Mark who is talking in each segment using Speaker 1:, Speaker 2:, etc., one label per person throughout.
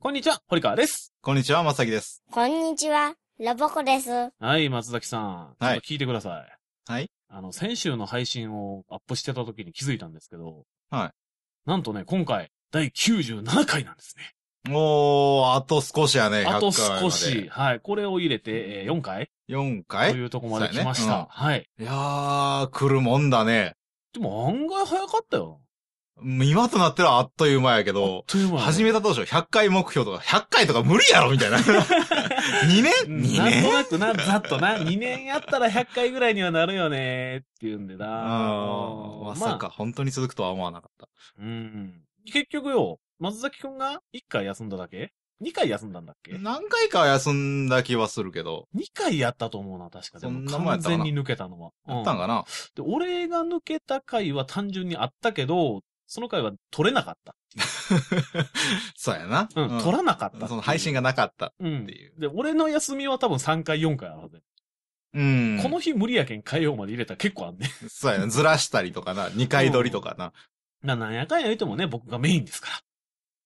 Speaker 1: こんにちは、堀川です。
Speaker 2: こんにちは、まさきです。
Speaker 3: こんにちは、ロボコです。は
Speaker 1: はい、松崎さん。
Speaker 2: はい
Speaker 1: ちょっと聞いてください。
Speaker 2: はい。
Speaker 1: あの、先週の配信をアップしてた時に気づいたんですけど。。
Speaker 2: はい
Speaker 1: なんとね、今回、第97回なんですね。
Speaker 2: おー、あと少しやね、
Speaker 1: あと
Speaker 2: 100回ま
Speaker 1: 少
Speaker 2: で
Speaker 1: し。。はい。これを入れて、えー4回
Speaker 2: 4
Speaker 1: と
Speaker 2: 回
Speaker 1: いうとこまで来まし
Speaker 2: そう
Speaker 1: た。
Speaker 2: やね
Speaker 1: はい。
Speaker 2: いやー、来るもんだね。
Speaker 1: でも案外早かったよ。
Speaker 2: 今となってはあっという間やけ
Speaker 1: あっ
Speaker 2: ど、
Speaker 1: という間やね
Speaker 2: 始めた当初100回目標とか、100回とか無理やろみたいな。2年
Speaker 1: うん
Speaker 2: ?2
Speaker 1: なんと
Speaker 2: 年
Speaker 1: なくな、ざっとな、2年やったら100回ぐらいにはなるよねっていうんでな。
Speaker 2: あー
Speaker 1: うん
Speaker 2: まさか、本当に続くとは思わなかった。
Speaker 1: うん。結局よ、松崎くんが1回休んだだけ ?2 回休んだんだっけ
Speaker 2: 何回かは休んだ気はするけど、
Speaker 1: ?2 回やったと思うな、確か。で
Speaker 2: そん
Speaker 1: も
Speaker 2: なもんや
Speaker 1: 完
Speaker 2: ったかな
Speaker 1: 全に抜けたのは。
Speaker 2: やったん
Speaker 1: な、
Speaker 2: かな
Speaker 1: で、俺が抜けた回は単純にあったけど、その回は取れなかった。
Speaker 2: そうやな。
Speaker 1: うん、取らなかった。
Speaker 2: その配信がなかったっ
Speaker 1: うん
Speaker 2: て。いう。
Speaker 1: で、俺の休みは多分3回、4回あるはず、
Speaker 2: うん。
Speaker 1: この日無理やけん、回用まで入れたら結構あんね。
Speaker 2: そうやな。ずらしたりとかな、2回撮りとかな。
Speaker 1: な、なんやかんや言うてもね、僕がメインですか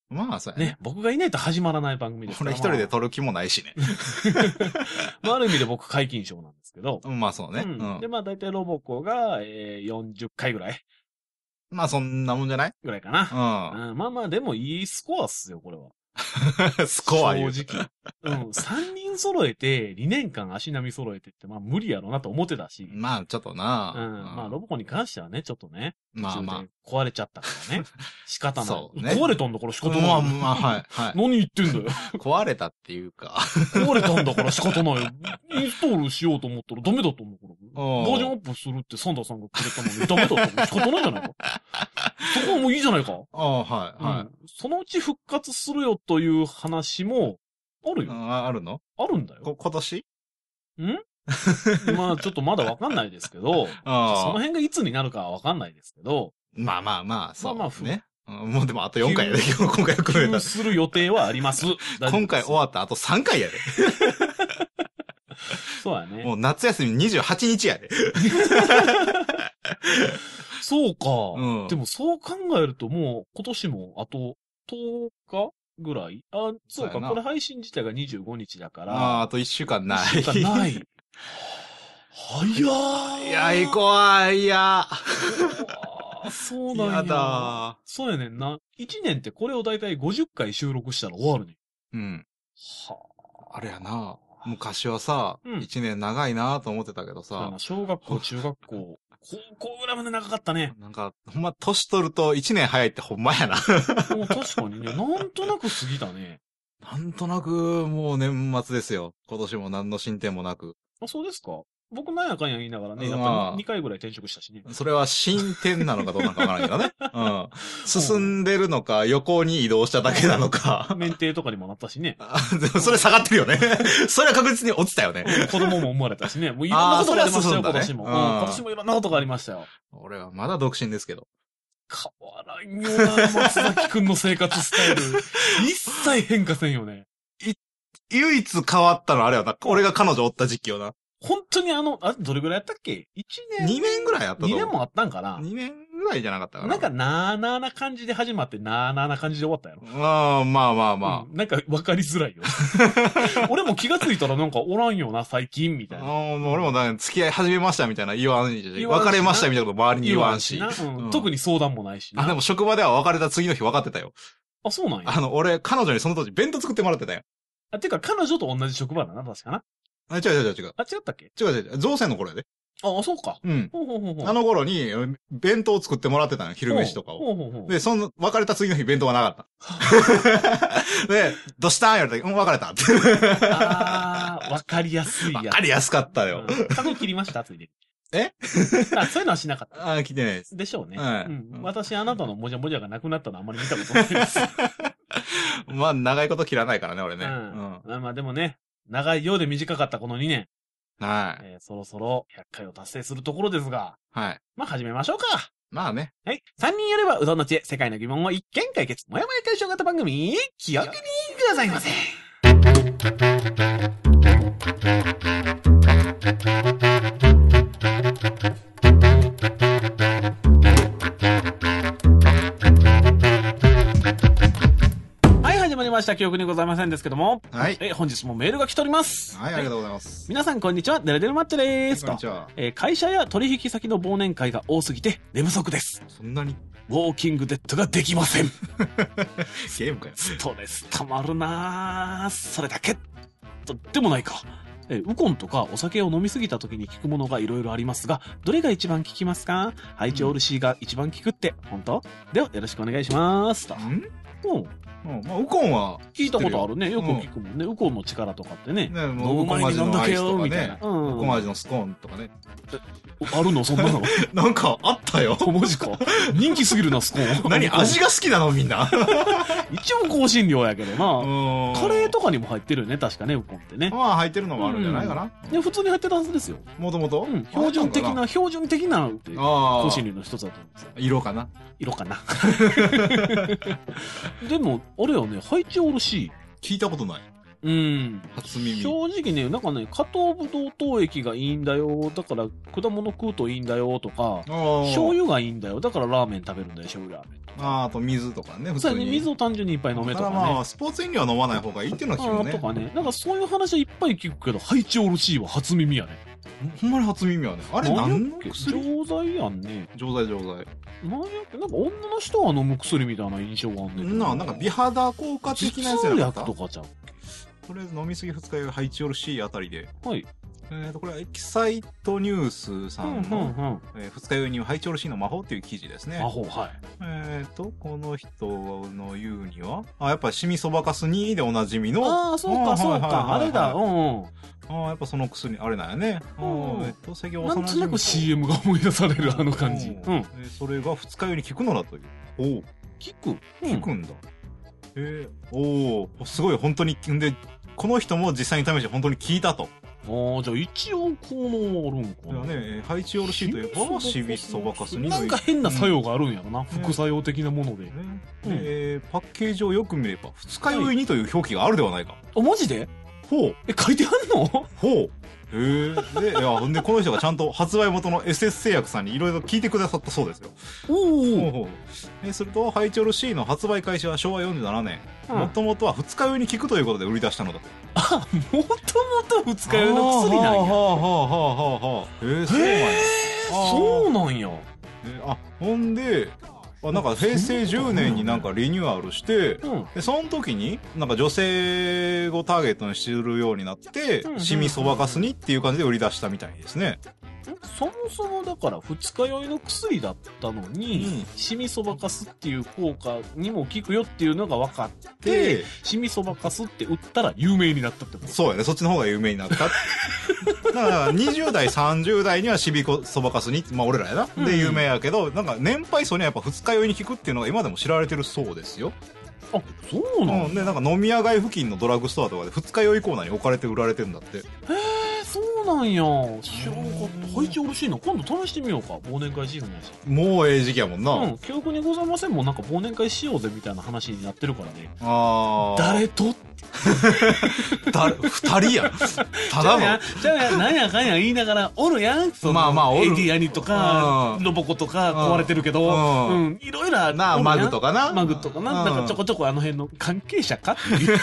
Speaker 2: まあ、そうや
Speaker 1: ら。ね、僕がいないと始まらない番組ですから。
Speaker 2: 俺一人で撮る気もない しね。
Speaker 1: まあ、 ある意味で僕解禁賞なんですけど。
Speaker 2: まあそうね。う
Speaker 1: うん。
Speaker 2: ん
Speaker 1: で、。まあ大体ロボコが、えー、40回ぐらい
Speaker 2: まあそんなもんじゃない
Speaker 1: ぐらいかな。
Speaker 2: う
Speaker 1: うん、まあまあ、でもいいスコアっすよ、これは。
Speaker 2: ん。 スコア言う。
Speaker 1: 正直。うん、3人揃えて、2年間足並み揃えてって、まあ無理やろなと思ってたし。うん、
Speaker 2: まあちょっとな。
Speaker 1: まあロボコに関してはね、ちょっとね、
Speaker 2: まあま
Speaker 1: 途中で壊れちゃったからね。仕方ない。
Speaker 2: そうね
Speaker 1: 壊れたんだから仕方
Speaker 2: あ。
Speaker 1: ない。
Speaker 2: まあまあ、はい、はい。
Speaker 1: 何言ってんだよ。
Speaker 2: 壊れたっていうか。
Speaker 1: 壊れたんだから仕方ない。インストールしようと思ったらダメだと思うから。バージョンアップするってサンダーさんがくれたのにダメだと思う。仕方ないじゃ ないか。そこはもういいじゃないか。
Speaker 2: ああ、はい、
Speaker 1: う
Speaker 2: は
Speaker 1: んそのうち復活するよという話も、ある
Speaker 2: い。う
Speaker 1: よ。
Speaker 2: んああるの
Speaker 1: あるんだよ。
Speaker 2: こ今年
Speaker 1: まあ、ちょっとまだわかんないですけど、その
Speaker 2: ああ。
Speaker 1: 辺がいつになるかはわかんないですけど、
Speaker 2: まあまあまあ、そう。
Speaker 1: まあまあ
Speaker 2: ね。うんもうでもあと4回やで、今日今回は来
Speaker 1: 急
Speaker 2: るやつ
Speaker 1: する予定はあります。大丈夫です
Speaker 2: 今回終わったあと3回や
Speaker 1: そうや
Speaker 2: で。
Speaker 1: ね。
Speaker 2: もう夏休み28日やで。
Speaker 1: そうか、
Speaker 2: うん
Speaker 1: でもそう考えるともう今年もあと10日ぐらいあ、そう
Speaker 2: そう
Speaker 1: か。
Speaker 2: やな
Speaker 1: これ配信自体が25日だから。
Speaker 2: ああ、あと1週間 ない。
Speaker 1: 一週間ない。はあ早
Speaker 2: い
Speaker 1: い。
Speaker 2: や、行こう、いや。
Speaker 1: あーそうなんや。
Speaker 2: やだ。
Speaker 1: そうやねんな。1年ってこれをだいたい50回収録したら終わるねん。
Speaker 2: うん。
Speaker 1: は
Speaker 2: あれやな、昔はさ
Speaker 1: うん、
Speaker 2: 一、年長いなと思ってたけど
Speaker 1: あ。だ
Speaker 2: さ
Speaker 1: な、小学校、中学校、高校ぐらいまで長かったね。
Speaker 2: なんか、ほんま、年取ると一年早いってほんまやな。
Speaker 1: もう確かにね、なんとなく過ぎたね。
Speaker 2: なんとなく、もう年末ですよ。今年も何の進展もなく。
Speaker 1: あ、そうですか僕なんやかんや言いながらね、やっ
Speaker 2: ま
Speaker 1: ぱ
Speaker 2: あ
Speaker 1: り2回ぐらい転職したしね。
Speaker 2: それは進展なのかどうなのかわからんけど ね。うん。進んでるのか、横に移動しただけなのか。
Speaker 1: 免停とかにもなったしね。
Speaker 2: あでもそれ下がってるよね。 それは確実に落ちたよね。
Speaker 1: 子供も生まれたしね。もういろんなことがありましたよ、
Speaker 2: あーそれは進んだ
Speaker 1: 今
Speaker 2: ね
Speaker 1: 年も。うん
Speaker 2: うん
Speaker 1: 今年もいろんなことがありましたよ。
Speaker 2: 俺はまだ独身ですけど。
Speaker 1: 変わらんよな、松崎くんの生活スタイル。一切変化せんよね。
Speaker 2: 唯一変わったのはあれよな。俺が彼女おった時期よな。
Speaker 1: 本当にあの、あれどれぐらいやったっけ ?1 年。
Speaker 2: 2年ぐらいあったと
Speaker 1: 二
Speaker 2: 思う
Speaker 1: 年もあったんかな
Speaker 2: 2年ぐらいじゃなかったかな。
Speaker 1: なんか、なーなーな感じで始まって、なーなーな感じで終わったやろ。
Speaker 2: ああ、まあまあま
Speaker 1: うんなんか分かりづらい よ。俺も気がついたらなんかおらんよな、最近、み
Speaker 2: あ。
Speaker 1: たいな。
Speaker 2: ああもう俺もだ、付き合い始めましたみたいな言わんし、
Speaker 1: 言わんしな
Speaker 2: 別れましたみたいなこと周りに言わんし。
Speaker 1: なうん
Speaker 2: うん
Speaker 1: 特に相談もないしな。
Speaker 2: あ、でも職場では別れた次の日分かってたよ。
Speaker 1: あそうなんや。
Speaker 2: あの、俺、彼女にその当時弁当作ってもらってたよ。
Speaker 1: あてか、彼女と同じ職場だな、確かな。
Speaker 2: あ違う違う違う違う。
Speaker 1: あ、違ったっけ
Speaker 2: 違う違う違う。造船の頃やで。
Speaker 1: あ、あそうか。
Speaker 2: うん。
Speaker 1: ほうほうほうほう。
Speaker 2: あの頃に、弁当を作ってもらってたのよ、昼飯とかを。
Speaker 1: ほうほうほうほう
Speaker 2: で、その、別れた次の日弁当がなか った。で、どしたん言われて、うん、別れたって。
Speaker 1: あー、わかりや すいや
Speaker 2: 分
Speaker 1: つ。
Speaker 2: かりやすかったよ。
Speaker 1: うん髪切りましたついでに。
Speaker 2: え
Speaker 1: あそういうのはしなかった。
Speaker 2: ああ、来てないです。
Speaker 1: でしょうね。
Speaker 2: はい
Speaker 1: うん、私、あなたのもじゃもじゃがなくなったのあんまり見たことない です。
Speaker 2: まあ、長いこと切らないからね、俺
Speaker 1: う
Speaker 2: ね。
Speaker 1: ん
Speaker 2: うん。
Speaker 1: まあまあでもね、長いようで短かったこの2年、
Speaker 2: はい。
Speaker 1: えーそろそろ100回を達成するところですが、
Speaker 2: はい。
Speaker 1: まあ始めましょうか。
Speaker 2: まあね。
Speaker 1: はい。3人やればうどんの知恵、世界の疑問を一見解決、もやもや解消型番組、記憶にくださいませ。はい、始まりましした記憶にございませんですけども、
Speaker 2: はい。
Speaker 1: え、本日もメールが来ております。
Speaker 2: はい、ありがとうございます。
Speaker 1: 皆さんこんにちは、デルデルマッチョです。
Speaker 2: こんに
Speaker 1: と
Speaker 2: ちは。
Speaker 1: えー会社や取引先の忘年会が多すぎて寝不足です。
Speaker 2: そんなに
Speaker 1: ウォーキングデッドができません。
Speaker 2: ゲームかよ。
Speaker 1: ストレス溜まるなぁ。それだけ。とでもないか。えウコンとかお酒を飲みすぎた時に効くものがいろいろありますが、どれが一番効きますかハイチオール C が一番効くって、本当ではよろしくお願いします。と。
Speaker 2: ん
Speaker 1: うん、
Speaker 2: うん。まあ、ウコンは、
Speaker 1: 聞いたことあるね。よく
Speaker 2: うん
Speaker 1: 聞くもんね。ウコンの力とかってね。
Speaker 2: ね、
Speaker 1: 飲
Speaker 2: もう
Speaker 1: む
Speaker 2: ウコ
Speaker 1: 前
Speaker 2: ン
Speaker 1: に
Speaker 2: 味
Speaker 1: 飲ん
Speaker 2: の
Speaker 1: ど
Speaker 2: ア
Speaker 1: け
Speaker 2: イス
Speaker 1: よ、
Speaker 2: とか
Speaker 1: みたいな
Speaker 2: ね。。
Speaker 1: う
Speaker 2: ウ
Speaker 1: ん。
Speaker 2: コン味のスコーンとかね。
Speaker 1: あるのそん なの
Speaker 2: なんかあったよ。
Speaker 1: マジか。人気すぎるな、スコーン。
Speaker 2: 何味が好きなのみんな。
Speaker 1: 一応香辛料やけどな。カ
Speaker 2: カ
Speaker 1: レーとかにも入ってるよね、確かね、ウコンってね。
Speaker 2: まあ入ってるのもあるんじゃないかな。
Speaker 1: で普通に入ってたはずですよ。
Speaker 2: もともと
Speaker 1: うん、標準的な、。標準的な
Speaker 2: あ
Speaker 1: 香
Speaker 2: あ。
Speaker 1: 辛料の一つだと思うんですよ。
Speaker 2: 色かな。
Speaker 1: 色か な。でも、あれよね、配置おろしい。
Speaker 2: 聞いたことない。
Speaker 1: うん。
Speaker 2: 初耳。
Speaker 1: 正直ね、なんかね、加糖ぶどう糖液がいいんだよ、だから果物食うといいんだよとか、醤
Speaker 2: 醤
Speaker 1: 油がいいんだよ、だからラーメン食べるんだよ、醤油ラーメンとか。
Speaker 2: あーあと水とかね、普
Speaker 1: そう
Speaker 2: 通
Speaker 1: やね、
Speaker 2: に。
Speaker 1: 水を単純にいっぱい飲めと
Speaker 2: た
Speaker 1: か
Speaker 2: だ
Speaker 1: ね。
Speaker 2: まあ、スポーツ飲料は飲まない方がいいっていうのは聞
Speaker 1: う
Speaker 2: く
Speaker 1: ん
Speaker 2: ね。
Speaker 1: とかね。なんかそういう話はいっぱい聞くけど、配置おろしいは初耳やね。
Speaker 2: ほんまに初耳はね。あれ何の
Speaker 1: なんやっけ
Speaker 2: 薬
Speaker 1: 錠剤やんね。
Speaker 2: 錠剤錠剤。
Speaker 1: なんやっけなんか女の人は飲む薬みたいな印象があんねんけど。
Speaker 2: ななんか美肌効果的なやつ
Speaker 1: 頭
Speaker 2: や
Speaker 1: 痛薬
Speaker 2: なかった
Speaker 1: と
Speaker 2: と
Speaker 1: かじゃん。
Speaker 2: りあえず飲みすぎ二日酔い、ハイチオール C あたりで。
Speaker 1: はい。
Speaker 2: えっ、と、これはエキサイトニュース
Speaker 1: う
Speaker 2: さ
Speaker 1: んうん
Speaker 2: んの、
Speaker 1: うん。
Speaker 2: えー二日酔いにはハイチオール C の魔法っていう記事ですね。
Speaker 1: 魔法、はい。
Speaker 2: えっ、と、この人の言うには、あ、やっぱシミそばかすにでおなじみの、
Speaker 1: ああ、そうか、
Speaker 2: あー
Speaker 1: そ
Speaker 2: は
Speaker 1: う
Speaker 2: いはい
Speaker 1: か。あ
Speaker 2: はいはい
Speaker 1: れだ、う
Speaker 2: あーやっぱその薬、あれなんやね。あ
Speaker 1: うん
Speaker 2: ーえっと、先
Speaker 1: んうん。
Speaker 2: ほど
Speaker 1: なんとなく CM が思い出される、あの感じ。うん。
Speaker 2: えーそれが二日酔いに効くのだという。おお、
Speaker 1: 聞く。
Speaker 2: 効くんだ。えー、おお、すごい、本当に、んで、この人も実際に試して本当に効いたと。
Speaker 1: うん。ああ、じゃあ一応効能はあるん
Speaker 2: だから
Speaker 1: かな。
Speaker 2: ね、えーハイチオール C といえば、シミそばかすにの
Speaker 1: なんか変な作
Speaker 2: 用。
Speaker 1: 用があるんやろな。副作用的なもので。
Speaker 2: ね
Speaker 1: うん
Speaker 2: えーパッケージをよく見れば、二日酔いにという表記があるではないか。
Speaker 1: あ、マジで
Speaker 2: ほう。
Speaker 1: え、書いてあんの
Speaker 2: ほう。へえ。で、いや、ほんで、この人がちゃんと発売元の SS 製薬さんにいろいろ聞いてくださったそうですよ。ほ
Speaker 1: お
Speaker 2: う
Speaker 1: お。
Speaker 2: ほう。えすると、ハイチョロ C の発売開始は昭和47年。
Speaker 1: うん
Speaker 2: もともとは二日酔いに効くということで売り出したのだと。
Speaker 1: あ、もともと二日酔いの薬なんや。
Speaker 2: はあはあはあはあはあ。へえ、そう
Speaker 1: そう
Speaker 2: なんや。あー
Speaker 1: なんや。
Speaker 2: えあ、ほんで、あなんか平成10年になんかリニューアルして、
Speaker 1: うん。
Speaker 2: で、その時に、なんか女性をターゲットにするようになって
Speaker 1: うんうんう、ん
Speaker 2: シミそばかすにっていう感じで売り出したみたいですね。
Speaker 1: そもそもだから二日酔いの薬だったのに、シミそばかすっていう効果にも効くよっていうのが分かって、
Speaker 2: で、
Speaker 1: シミそばかすって売ったら有名になったってこと
Speaker 2: そうやね、そっちの方が有名になったって。だから20代、30代にはシビコそばかすに、まあ俺らやな。
Speaker 1: うん
Speaker 2: で、有名やけど、なんか年配層にはやっぱ二日酔いに効くっていうのが今でも知られてるそうですよ。
Speaker 1: あ、そう
Speaker 2: う
Speaker 1: なんだ、
Speaker 2: ん。で、なんか飲み屋街付近のドラッグストアとかで二日酔いコーナーに置かれて売られてるんだって。
Speaker 1: えーそうなんや。知らんかった。配置おろしいな。今度試してみようか。忘年会シーズンやし。
Speaker 2: もうええ時期やもんな。
Speaker 1: うん、記憶にございませんもんなんか忘年会しようぜみたいな話になってるからね。
Speaker 2: ああ。
Speaker 1: 誰と
Speaker 2: 誰二人やん。ただの。
Speaker 1: じゃあや、なんやかんや言いながら、おるやん。その
Speaker 2: まあまあおる
Speaker 1: AD 兄とか
Speaker 2: う、ん
Speaker 1: ロボコとか壊れてるけど、
Speaker 2: うん
Speaker 1: うん、いろいろある
Speaker 2: なあ、
Speaker 1: おる
Speaker 2: マ
Speaker 1: やん
Speaker 2: グとかな。
Speaker 1: マグとかな、なんかちょこちょこあの辺の関係者かって いう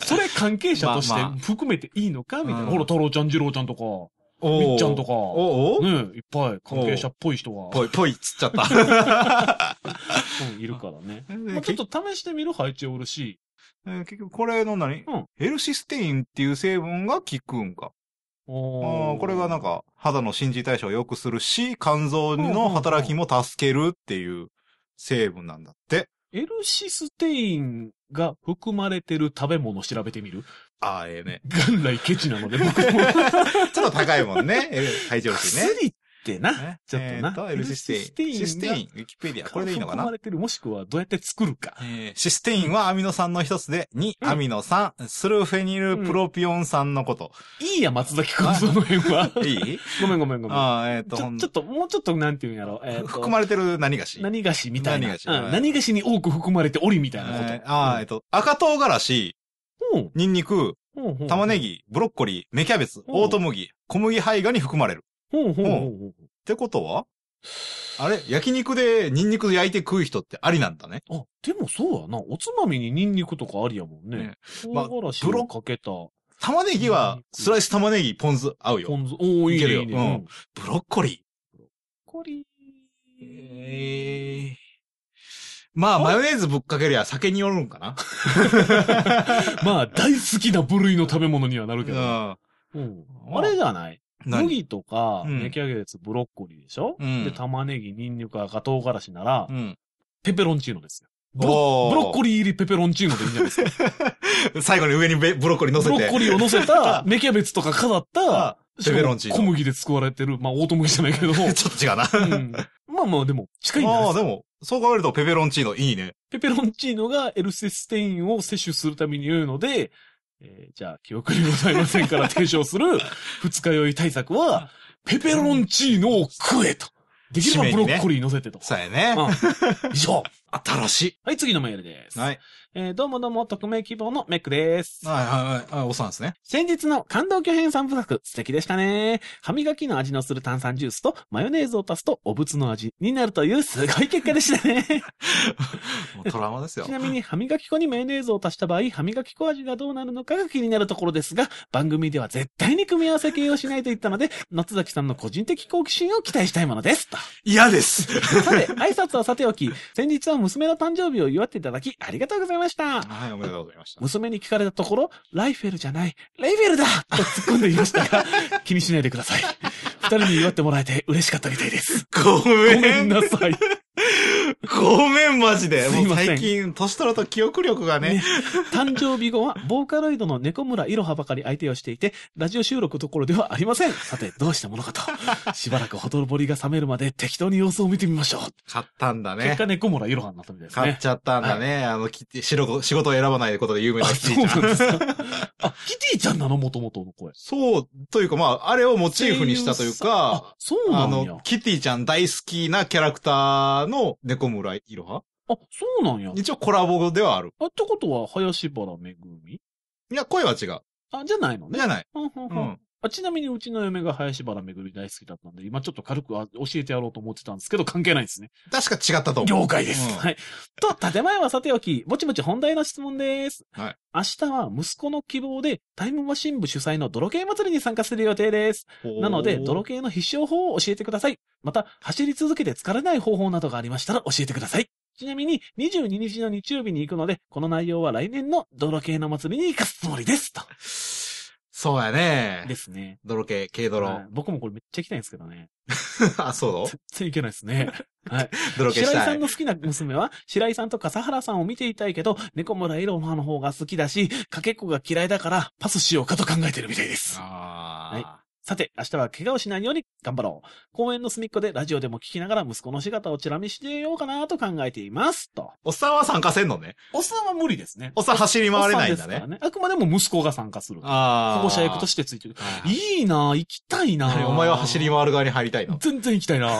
Speaker 1: それ関係者として
Speaker 2: まあまあ
Speaker 1: 含めていいのかみたいな。
Speaker 2: うん
Speaker 1: ほら、太郎ちゃん、二郎ちゃんとか、
Speaker 2: おー
Speaker 1: みっちゃんとか
Speaker 2: おー
Speaker 1: ねえいっぱい関係者っぽい人が、
Speaker 2: ぽい、ぽいっつっち ゃった。
Speaker 1: うんいるからね。まあ、ちょ
Speaker 2: 結
Speaker 1: っと試してみる配置おるし、
Speaker 2: 局、これの何
Speaker 1: うん
Speaker 2: ヘルシステインっていう成分が効くんか。あ
Speaker 1: お
Speaker 2: ーこれがなん
Speaker 1: か、
Speaker 2: か、肌の心理対象を良くするし、肝臓の働きも助けるっていう成分なんだって。
Speaker 1: エルシステインが含まれてる食べ物を調べてみ る
Speaker 2: ああ、ええね。
Speaker 1: 元来ケチなので、僕も。
Speaker 2: ちょっと高いも んね。え体調子ね。
Speaker 1: 薬ってな。
Speaker 2: ね
Speaker 1: ちょっとな
Speaker 2: えーと、エルシステイ
Speaker 1: エ
Speaker 2: ン。
Speaker 1: ル
Speaker 2: シ
Speaker 1: システ
Speaker 2: ステ
Speaker 1: インが
Speaker 2: イン、ウィキペディア。これでいいのか
Speaker 1: 含ま
Speaker 2: な
Speaker 1: れてる、もしくはどうやって作るか。
Speaker 2: えーシステインはアミノ酸の一つで、2、アミノ酸、スルフェニルプロピオン酸のこと。
Speaker 1: いいや、松崎君、その辺は。
Speaker 2: い い
Speaker 1: ごめんごめんごめん。
Speaker 2: ああ、えっ、
Speaker 1: ち
Speaker 2: と、ほ
Speaker 1: ょ
Speaker 2: ん
Speaker 1: ちょっと、もうちょっと、なんていうんやろ。えーと
Speaker 2: 含まれてる何がし
Speaker 1: 何菓子みたいな。
Speaker 2: 何菓子
Speaker 1: うん何菓子に多く含まれておりみたいなこと。
Speaker 2: えーああ、えっと、赤唐辛
Speaker 1: うん
Speaker 2: 子、ニンニク、
Speaker 1: ほうほう
Speaker 2: 玉ね。ぎ、ブロッコリー、芽キャベツ、
Speaker 1: おう
Speaker 2: オート麦、小麦胚芽に含まれる。
Speaker 1: ほうほうほうほう
Speaker 2: ってことはあれ焼肉でニンニク焼いて食う人ってありなんだね。
Speaker 1: あ、でもそうやな。おつまみにニンニクとかありやもんね
Speaker 2: ね。
Speaker 1: 唐
Speaker 2: まあ
Speaker 1: 辛子をかけたポ
Speaker 2: 玉ねぎは、スライス玉ねぎ、ポン酢合うよ。
Speaker 1: ン酢。おおいい
Speaker 2: いけ
Speaker 1: ね、
Speaker 2: る
Speaker 1: い
Speaker 2: よ
Speaker 1: いね。
Speaker 2: うん
Speaker 1: うん
Speaker 2: ブロッコリ
Speaker 1: こり
Speaker 2: ー。えーまあ、マヨネーズぶっかけりゃ酒によるんかな。
Speaker 1: まあ、大好きな部類の食べ物にはなるけど。うんあれじゃない麦とか、
Speaker 2: うん
Speaker 1: 焼き上げたやつブロッコリーでしょ
Speaker 2: うん
Speaker 1: で、玉ねぎ、ニンニク、赤唐辛子なら
Speaker 2: う、ん。
Speaker 1: ペペロンチーノですよ。ブロ
Speaker 2: お
Speaker 1: ブ
Speaker 2: ー
Speaker 1: ロッコリー入りペペロンチーノでいいんじゃないですか。
Speaker 2: 最後に上にベブロッコリー乗せ
Speaker 1: ブ
Speaker 2: て。
Speaker 1: ロッコリーを乗せ た、芽キャベツとか飾った、
Speaker 2: ペペロンチーノ。
Speaker 1: しかも小麦で作られてる、まあ、オート麦じゃないけども
Speaker 2: ちょ っと違うな。
Speaker 1: うんまあまあ、でも、近いんじゃないで
Speaker 2: ああ、
Speaker 1: すか
Speaker 2: でも、そう考えるとペペロンチーノいいね。
Speaker 1: ペペロンチーノがエルセステインを摂取するために良いので、えーじゃあ記憶にございません から提唱する二日酔い対策は、ペペロンチーノを食えと。できれば
Speaker 2: 締め
Speaker 1: ブロ
Speaker 2: にね
Speaker 1: ッコリー乗せてと。
Speaker 2: そうやね。
Speaker 1: うん以上。
Speaker 2: 新し
Speaker 1: はい、次のメールです。
Speaker 2: い。はい。
Speaker 1: えーどうもどうも、匿名希望のメックです。
Speaker 2: はいはいはい。あ、おっさんですね。
Speaker 1: 先日の感動巨編散歩作、素敵でしたね。歯磨きの味のする炭酸ジュースとマヨネーズを足すとお仏の味になるというすごい結果でしたね。
Speaker 2: もうトラウマ ですよ
Speaker 1: ち。なみに歯磨き粉にマヨネーズを足した場合、歯磨き粉味がどうなるのかが気になるところですが、番組では絶対に組み合わせ系をしないと言ったので、夏崎さんの個人的好奇心を期待したいものです。と
Speaker 2: 嫌です。
Speaker 1: さて、挨拶はさておき、先日は娘の誕生日を祝っていただき、ありがとうございました。
Speaker 2: はい、おめでとうございました。
Speaker 1: 娘に聞かれたところ、ライフェルじゃない、レイフェルだと突っ込んでいましたが、気にしないでください。二人に祝ってもらえて嬉しかったみたいです。
Speaker 2: ご
Speaker 1: ご
Speaker 2: めん。
Speaker 1: めんなさい。
Speaker 2: ごめん、マジで。
Speaker 1: すい
Speaker 2: もう
Speaker 1: ません
Speaker 2: 最近、年取ると記憶力がね
Speaker 1: ね。誕生日後は、ボーカロイドの猫村いろはばかり相手をしていて、ラジオ収録どころではありません。さて、どうしたものかと。しばらくほとぼりが冷めるまで適当に様子を見てみましょう。
Speaker 2: 買ったんだね
Speaker 1: 結。果、猫村いろはになったみたいです
Speaker 2: 買っ
Speaker 1: ね。
Speaker 2: ちゃったんだね。あの、き仕事仕事を選ばないことで有名
Speaker 1: あ、
Speaker 2: なキテ
Speaker 1: そうな
Speaker 2: ィち
Speaker 1: ん
Speaker 2: ゃん。
Speaker 1: ですか。あ、キティちゃんなのもともとの声。
Speaker 2: そう、というかまあ、あれをモチーフにしたというか
Speaker 1: あ、、そうな
Speaker 2: あ
Speaker 1: んや。
Speaker 2: の、キティちゃん大好きなキャラクターの猫村いろは
Speaker 1: あ、そうなんや。あ、って
Speaker 2: 一応コラボではある。
Speaker 1: ことは、林原めぐみ
Speaker 2: いや、声は違う。
Speaker 1: あ、じゃないのね。
Speaker 2: じゃない。
Speaker 1: ふんふん
Speaker 2: う
Speaker 1: ふん
Speaker 2: ん。
Speaker 1: あちなみにうちの嫁が林原めぐみ大好きだったんで、今ちょっと軽くあ教えてやろうと思ってたんですけど、関係ないですね。
Speaker 2: 確か違ったと思う。
Speaker 1: 了解です。
Speaker 2: うん
Speaker 1: はい。と、建前はさておき、ぼちぼち本題の質問です。
Speaker 2: はい。
Speaker 1: 明日は息子の希望でタイムマシン部主催の泥系祭りに参加する予定です。なので、泥系の必勝法を教えてください。また、走り続けて疲れない方法などがありましたら教えてください。ちなみに、22日の日曜日に行くので、この内容は来年の泥系の祭りに行かすつもりです。と。
Speaker 2: そうや
Speaker 1: で
Speaker 2: ね。
Speaker 1: すね。
Speaker 2: 泥系、軽
Speaker 1: は
Speaker 2: 泥
Speaker 1: い。僕もこれめっちゃ行きたいんですけどね。
Speaker 2: あ、そう
Speaker 1: 全然行けないですね。はい。
Speaker 2: 泥系
Speaker 1: 白井
Speaker 2: した
Speaker 1: さん
Speaker 2: い
Speaker 1: の。好きな娘は、白井さんと笠原さんを見ていたいけど、猫村エロマの方が好きだし、かけっこが嫌いだから、パスしようかと考えてるみたいです。
Speaker 2: あ
Speaker 1: さて、明日は怪我をしないように頑張ろう。公園の隅っこでラジオでも聞きながら息子の姿をチラ見してようかなと考えています。と。
Speaker 2: ーおっさんは参加せんのね。
Speaker 1: おっさんは無理ですね。
Speaker 2: おっさん走り回れないん
Speaker 1: おっさ
Speaker 2: だ
Speaker 1: ですから
Speaker 2: ね。
Speaker 1: ね。あくまでも息子が参加する。保
Speaker 2: ああ。
Speaker 1: 護者役としてついてる。
Speaker 2: はい
Speaker 1: いいなぁ行きたいな
Speaker 2: 何
Speaker 1: ぁ
Speaker 2: お前は走り回る側に入りたいの。
Speaker 1: 全然行きたいなぁ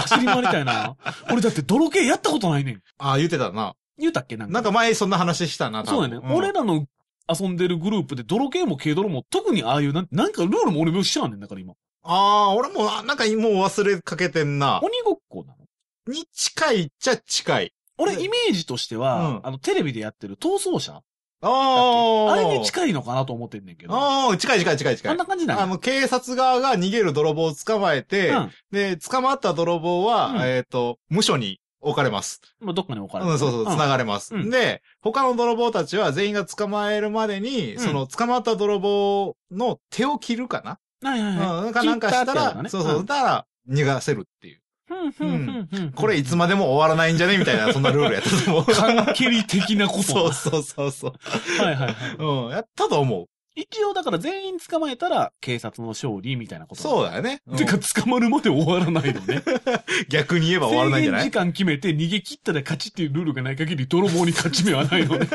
Speaker 1: 走り回りたいなぁ俺だって泥系やったことないねん。
Speaker 2: ああ、言ってたな。
Speaker 1: 言うたっけなんか。
Speaker 2: なんか前そんな話したな、多
Speaker 1: そう
Speaker 2: 分
Speaker 1: やね。俺らの遊んでるグループで、泥系も軽泥も、特にああいう、なんなんかルールも俺も知らんねんだから今。
Speaker 2: ああ、俺も、あなんかもう忘れかけてんな。
Speaker 1: 鬼ごっこなの
Speaker 2: に近いっちゃ近い。
Speaker 1: 俺、
Speaker 2: ね
Speaker 1: イメージとしては、
Speaker 2: うん
Speaker 1: あの、テレビでやってる逃走者
Speaker 2: ああ。
Speaker 1: あれに近いのかなと思ってんねんけど。あ
Speaker 2: ああ、近い近い近い近
Speaker 1: ん
Speaker 2: い。
Speaker 1: な感じな
Speaker 2: あ
Speaker 1: んや
Speaker 2: の、警察側が逃げる泥棒を捕まえて、
Speaker 1: うん。
Speaker 2: で、捕まった泥棒は、
Speaker 1: うん
Speaker 2: えっ、と、無所に置かれます。
Speaker 1: まあ、どっかに置かれ
Speaker 2: うん、そうそう、繋がれます。
Speaker 1: うん
Speaker 2: で、他の泥棒たちは全員が捕まえるまでに、
Speaker 1: うん
Speaker 2: その捕まった泥棒の手を切るかな、
Speaker 1: はいはいはい。
Speaker 2: うん、かなんかした
Speaker 1: 切っ
Speaker 2: ら、
Speaker 1: ってやつだね
Speaker 2: そうそう、
Speaker 1: ん
Speaker 2: だから、逃がせるっていう。
Speaker 1: ふんふんふんふん。
Speaker 2: これいつ
Speaker 1: も。
Speaker 2: までも終わらないんじゃねみたいな、そんなルールやったと思う。
Speaker 1: 関係的なこと。
Speaker 2: そうそうそうそう。
Speaker 1: はいはいはい。
Speaker 2: うん、やったと思う。
Speaker 1: 一応、だから全員捕まえたら、警察の勝利みたいなこと。
Speaker 2: そうだよね。うん
Speaker 1: てか、捕まるまで終わらないのね。
Speaker 2: 逆に言えば終わらないんじゃな
Speaker 1: 制限
Speaker 2: い
Speaker 1: 時間決めて逃げ切ったら勝ちっていうルールがない限り泥 棒に勝ち目はないので。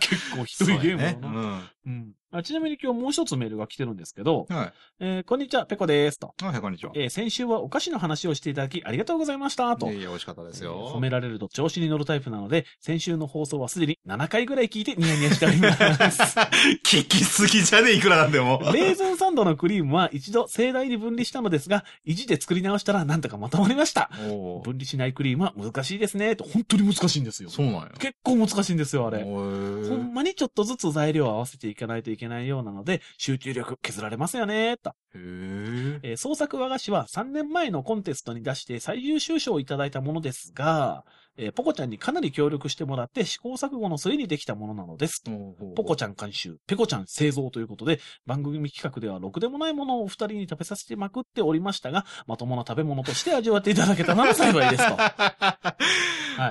Speaker 1: 結構ひどいゲームだ
Speaker 2: そ
Speaker 1: な。
Speaker 2: うやねうん
Speaker 1: うん。あちなみに今日もう一つメールが来てるんですけど、
Speaker 2: はい。
Speaker 1: えーこんにちは、ペコですと。
Speaker 2: あ、はい、こんにちは。
Speaker 1: えー先週はお菓子の話をしていただきありがとうございましたと。
Speaker 2: いやいや、美味しかったですよ。
Speaker 1: えー褒められると調子に乗るタイプなので、先週の放送はすでに7回ぐらい聞いてニヤニヤしており ます。
Speaker 2: 聞きすぎじゃねえ、いくらなんでも。
Speaker 1: レーズンサンドのクリームは一度盛大に分離したのですが、意地で作り直したらなんとかまとまりました。
Speaker 2: おー
Speaker 1: 分離しないクリームは難しいですね。と本当に難しいんですよ。
Speaker 2: そうなんや。
Speaker 1: 結構難しいんですよ、あれ。
Speaker 2: おー
Speaker 1: ほんまにちょっとずつ材料を合わせていかないといけないようなので、集中力削られますよね、と。
Speaker 2: へー
Speaker 1: えー創作和菓子は3年前のコンテストに出して最優秀賞をいただいたものですが、えーポコちゃんにかなり協力してもらって試行錯誤の末にできたものなのです。ポコちゃん監修、ペコちゃん製造ということで、番組企画ではろくでもないものをお二人に食べさせてまくっておりましたが、まともな食べ物として味わっていただけた なら幸いですと。は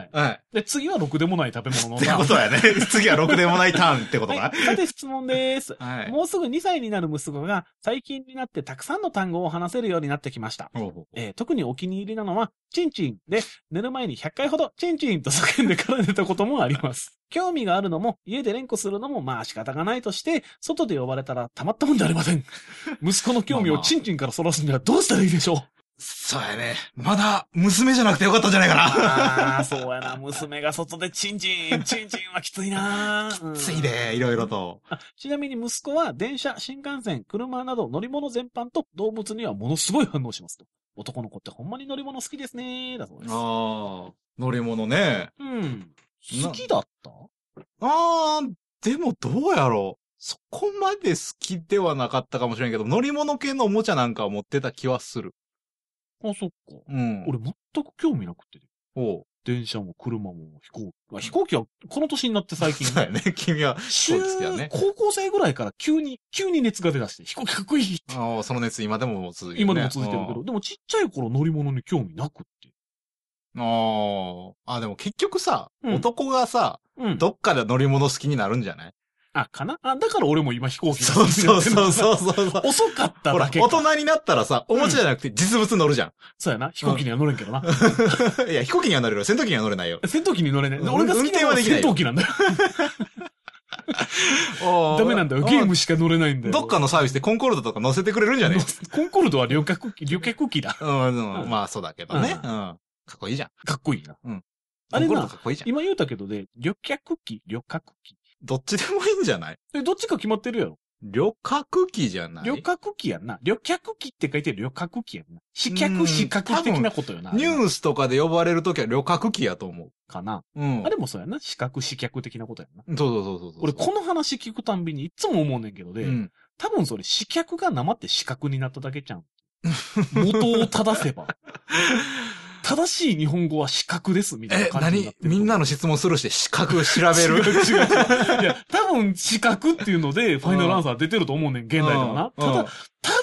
Speaker 1: い。
Speaker 2: はい。
Speaker 1: で、次はろくでもない食べ物 の
Speaker 2: ってことやね。次はろくでもないターンってこと
Speaker 1: は
Speaker 2: か。
Speaker 1: い。さて質問です。
Speaker 2: はい。
Speaker 1: もうすぐ2歳になる息子が最近になってたくさんの単語を話せるようになってきました。
Speaker 2: ほうほうほう
Speaker 1: えー特にお気に入りなのは、チンチンで、寝る前に100回ほど、チンチンと叫んでから寝たこともあります。興味があるのも、家で連呼するのも、まあ仕方がないとして、外で呼ばれたらたまったもんじゃありま せん。息子の興味
Speaker 2: まあ
Speaker 1: を
Speaker 2: まあ
Speaker 1: チンチンからそらすにはどうしたらいいでしょう
Speaker 2: そうやね。まだ、娘じゃなくてよかったんじゃないかな。
Speaker 1: ああ、そうやな。娘が外でチンチン、チンチンはきついな。き
Speaker 2: ついで、いろいろと。
Speaker 1: ちなみに息子は電車、新幹線、車など乗り物全般と動物にはものすごい反応しますと。男の子ってほんまに乗り物好きですねだそうです。
Speaker 2: ああ。乗り物ね。
Speaker 1: うん。
Speaker 2: な
Speaker 1: 好きだった
Speaker 2: ああ、でもどうやろう。そこまで好きではなかったかもしれんけど、乗り物系のおもちゃなんかは持ってた気はする。
Speaker 1: あ、そっか。
Speaker 2: うん。
Speaker 1: 俺全く興味なくて。
Speaker 2: おう。
Speaker 1: 電車も車も飛行機。あ飛行機はこの年になって最近。
Speaker 2: そうやね。君は、
Speaker 1: 中
Speaker 2: そうですよね
Speaker 1: 高校生ぐらいから急に、急に熱が出だして、飛行機かっこいいって。
Speaker 2: ああ、その熱今でも続いてる、ね。
Speaker 1: 今でも続いてるけど、でもちっちゃい頃乗り物に興味なくって。
Speaker 2: ど。ああ。あ、でも結局さ、
Speaker 1: うん
Speaker 2: 男がさ、
Speaker 1: うん。
Speaker 2: どっかで乗り物好きになるんじ ゃない
Speaker 1: あ、かなあ、だから俺も今飛行機が
Speaker 2: そ
Speaker 1: 好
Speaker 2: う
Speaker 1: きにな
Speaker 2: そ
Speaker 1: ってるの
Speaker 2: うそうそうそうそう。
Speaker 1: 遅かった
Speaker 2: ほ
Speaker 1: だ
Speaker 2: ら、
Speaker 1: けか
Speaker 2: 大人になったらさ、おもちゃじゃなくて実物乗るじゃん。
Speaker 1: そうやな。飛行機には乗れんけどな。
Speaker 2: いや、飛行機には乗れるよ。戦闘機には乗れないよ。
Speaker 1: 戦闘機に乗れない。
Speaker 2: うん
Speaker 1: 俺が好きなの
Speaker 2: 運転
Speaker 1: は
Speaker 2: はできな
Speaker 1: 戦
Speaker 2: い
Speaker 1: 闘機なんだよ。
Speaker 2: ダ
Speaker 1: ダメなんだよ。ゲームしか乗れないんだよ。
Speaker 2: どっかのサービスでコンコルドとか乗せてくれるんじゃね
Speaker 1: コンコルドは旅客機、旅客機だ。
Speaker 2: うん、
Speaker 1: う
Speaker 2: うんん、まあそうだけどね。
Speaker 1: う
Speaker 2: うんん。かっこいいじゃん。
Speaker 1: かっこいいな。あ
Speaker 2: コ
Speaker 1: れな
Speaker 2: ンコルドかっこいいじゃん。
Speaker 1: 今言うたけどで、旅客機、旅客機。
Speaker 2: どっちでもいいんじゃない
Speaker 1: え、どっちか決まってるやろ。
Speaker 2: 旅客機じゃない
Speaker 1: 旅客機やんな。旅客機って書いてる旅客機やんな。飛脚、
Speaker 2: うん
Speaker 1: 飛脚的なことよな。
Speaker 2: ニュ
Speaker 1: ー
Speaker 2: ースとかで呼ばれるときは旅客機やと思
Speaker 1: かな。
Speaker 2: う。うん。
Speaker 1: あれもそうやな。視覚、視脚的なことやんな。
Speaker 2: そうそうそうそうそう。
Speaker 1: 俺、この話聞くたんびにいつも思うねんけどで、
Speaker 2: うん。
Speaker 1: 多分それ、視脚が生って視覚になっただけじゃ ん。元を正せば。正しい日本語は視覚です、みたいな
Speaker 2: え、
Speaker 1: 感じになってる
Speaker 2: 何
Speaker 1: と思う。
Speaker 2: みんなの質問するして 資格調べる
Speaker 1: 違う違ういや、多分、視覚っていうので、ファイナルアンサー出てると思うねん、現代でもな。
Speaker 2: うん
Speaker 1: た
Speaker 2: う
Speaker 1: だ
Speaker 2: ん、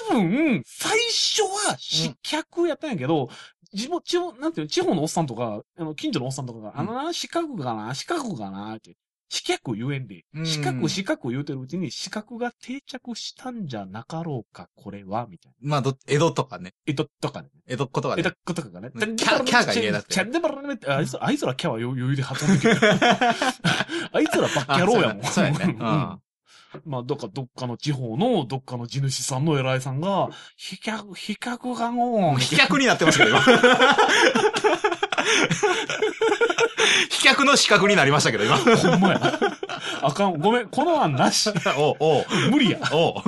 Speaker 1: 多分、最初は、失脚やったんやけど、地元、地方、なんていうの、地方のおっさんとか、あの、近所のおっさんとかが、あのな、四角かな、四角かな、って、四角言えんで
Speaker 2: う、ん
Speaker 1: 四角、四角言うてるうちに、四角が定着したんじゃなかろうか、これは、みたいな。
Speaker 2: まあ、ど、江戸とかね。
Speaker 1: えっと、とかね。
Speaker 2: 江戸っ子とか
Speaker 1: えっ
Speaker 2: ね
Speaker 1: と。、とかがね。
Speaker 2: キャキャが言えなくて
Speaker 1: チャンネルねあいつら、あいつらキャは余裕で発音で きる。あいつらバッキャローやもん。
Speaker 2: あそうやね そうやね
Speaker 1: ん
Speaker 2: うん
Speaker 1: まあ、どっか、どっかの地方の、どっかの地主さんの偉いさんが、飛脚、飛脚がご
Speaker 2: も
Speaker 1: ん
Speaker 2: う。飛脚になってますけ ど、今飛脚の資格になりましたけど、今。
Speaker 1: ほんまや。 あかん。ごめん。この案なし。
Speaker 2: おうおう
Speaker 1: 無理や。
Speaker 2: おう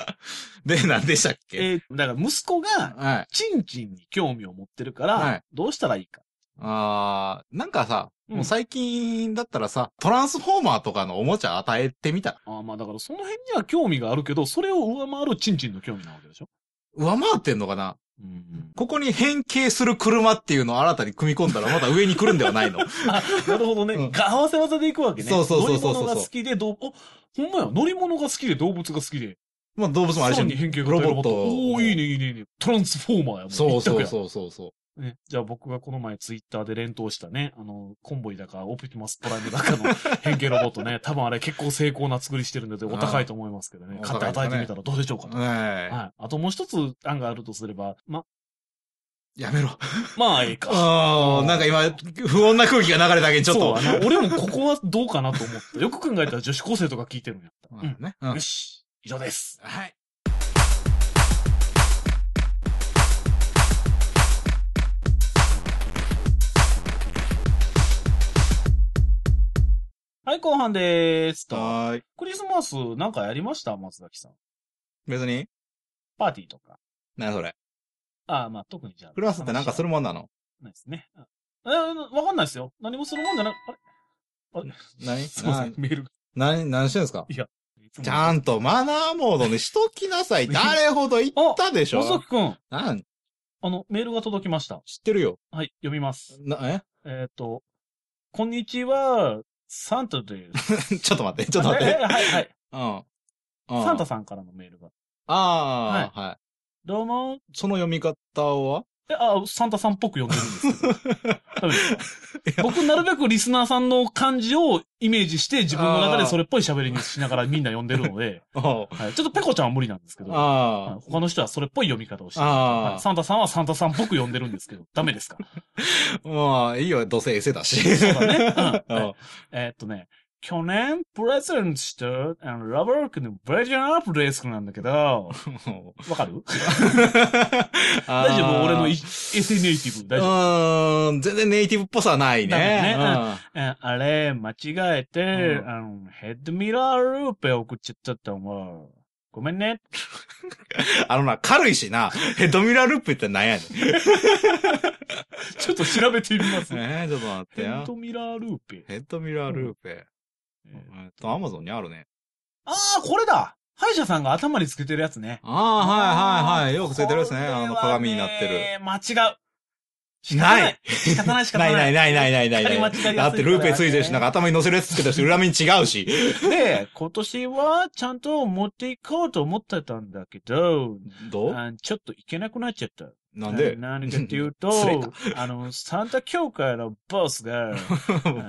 Speaker 2: で、何でしたっけ
Speaker 1: えーだから息子が、
Speaker 2: はい。
Speaker 1: チンチンに興味を持ってるから、
Speaker 2: はい
Speaker 1: どうしたらいいか。
Speaker 2: あーなんかさ、
Speaker 1: うん
Speaker 2: もう最近だったらさ、トランスフォーマーとかのおもちゃ与えてみたら、
Speaker 1: ああ、まあだからその辺には興味があるけど、それを上回るチンチンの興味なわけでしょ。
Speaker 2: 上回ってんのかな
Speaker 1: うん。
Speaker 2: ここに変形する車っていうのを新たに組み込んだらまた上に来るんではない の
Speaker 1: あ、なるほどね。
Speaker 2: うん
Speaker 1: が合わせ技でいくわけね。
Speaker 2: そうそうそうそうそ
Speaker 1: 乗り
Speaker 2: う
Speaker 1: 物が好きで、どう、お、ほんまや、乗り物が好きで動物が好きで。
Speaker 2: まあ動物もあれ
Speaker 1: さら
Speaker 2: し
Speaker 1: に変形型
Speaker 2: ロボット
Speaker 1: おーいいね、いいね、いいね。トランスフォーマーやもん。
Speaker 2: そう
Speaker 1: 一択
Speaker 2: そう
Speaker 1: や
Speaker 2: そうそうそう。
Speaker 1: ね、じゃあ僕がこの前ツイッターで連投したね、あの、コンボイだか、オプティマスプライムだか の変形ロボットね、多分あれ結構精巧な作りしてるのでお高いと思いますけどね
Speaker 2: う、ん
Speaker 1: 買って与えてみたらどうでしょうかと。
Speaker 2: ねえ
Speaker 1: はい。あともう一つ案があるとすれば、ま、
Speaker 2: やめろ。
Speaker 1: まあ、いいか。
Speaker 2: ああ、なんか今、不穏な空気が流れただけにちょっ
Speaker 1: そう
Speaker 2: と。
Speaker 1: だな俺もここはどうかなと思った。よく考えたら女子高生とか聞いてるんや。
Speaker 2: うんねうん
Speaker 1: よし、以上です。
Speaker 2: はい。
Speaker 1: はい、後半でーす。と
Speaker 2: はーい。
Speaker 1: クリスマスなんかやりました松崎さん。
Speaker 2: 別に
Speaker 1: パーティーとか。
Speaker 2: 何それ
Speaker 1: ああ、まあ特にじゃあ。
Speaker 2: クラスってなんかするもんなの
Speaker 1: ないですね。あえー、わかんないですよ。何もするもんじゃない。あれあれ
Speaker 2: 何
Speaker 1: すいません、メールが。
Speaker 2: 何、何してんすかちゃ
Speaker 1: ん
Speaker 2: んとマナーモードにしとき なさい。誰ほど言ったでし
Speaker 1: 松
Speaker 2: ょ
Speaker 1: 崎くん、
Speaker 2: なん
Speaker 1: あの、メールが届きました。
Speaker 2: 知ってるよ。
Speaker 1: はい、読みます。
Speaker 2: な、
Speaker 1: えっ、と、こんにちは、サンタです。
Speaker 2: え ちょっと 待って、ちょっと待っ
Speaker 1: え
Speaker 2: て。
Speaker 1: ーはいはい。
Speaker 2: うん。
Speaker 1: サンタ
Speaker 2: さ
Speaker 1: さ
Speaker 2: ん。
Speaker 1: んからのメールが。
Speaker 2: ああ、はい。
Speaker 1: どうも。
Speaker 2: その読み方は
Speaker 1: え、あ、サンタさんっぽく読んでるんですけど ダメです
Speaker 2: い
Speaker 1: か。
Speaker 2: や
Speaker 1: 僕、なるべくリスナーさんの感じをイメージして、自分の中でそれっぽい喋りにしながらみんな読んでるので、
Speaker 2: あ
Speaker 1: はい、ちょっとペコちゃんは無理なんですけど、はい
Speaker 2: あ
Speaker 1: 他の人はそれっぽい読み方をしてる、
Speaker 2: あー
Speaker 1: はいサンタさんはサンタさんっぽく読んでるんですけど、ダメです か。
Speaker 2: あ。まあ、いいよ。どうせエセだし。
Speaker 1: そうだ ねうん
Speaker 2: うん
Speaker 1: えーっとね、去年、プレゼントした、あの、ラバークのバージョンアップデースクなんだけど、わかる大
Speaker 2: 大
Speaker 1: 丈夫俺のいエセネイティブ大丈夫
Speaker 2: うーん、全然ネイティブっぽさはない
Speaker 1: だ
Speaker 2: ね。
Speaker 1: よえあれ、間違えて、
Speaker 2: うん
Speaker 1: あの、ヘッドミラールーペ送っちゃったと思う。ごめん ね。
Speaker 2: うんあのな、軽いしな、ヘッドミラーループってなんやねん。
Speaker 1: ちょっと調べてみま す。
Speaker 2: えー、ちょっと待って
Speaker 1: ヘッ
Speaker 2: よ
Speaker 1: ド。ミラールーペ。
Speaker 2: ヘッドミラーループ。えっと、アマゾンにあるね。
Speaker 1: ああ、これだ歯医者さんが頭につけてるやつね。
Speaker 2: ああ、はいはいはい。
Speaker 1: あー
Speaker 2: よくついてるですね。あの、鏡になっ
Speaker 1: こ
Speaker 2: て。
Speaker 1: れはね
Speaker 2: る。
Speaker 1: 間違う。仕方
Speaker 2: ない
Speaker 1: 仕方ない仕方な。
Speaker 2: ないいないないないないな
Speaker 1: しっ
Speaker 2: い
Speaker 1: かり間違いや
Speaker 2: だ
Speaker 1: すい
Speaker 2: ってルーペついてるし、なんか頭に乗せるやつつけてるし、裏面違う し。
Speaker 1: で、今年はちゃんと持っていこうと思ってたんだけど、
Speaker 2: どう
Speaker 1: あちょっと行けなくなっちゃった。
Speaker 2: なんで
Speaker 1: あ何かっていうと
Speaker 2: 失礼か、
Speaker 1: あの、サンタ協会のボス が、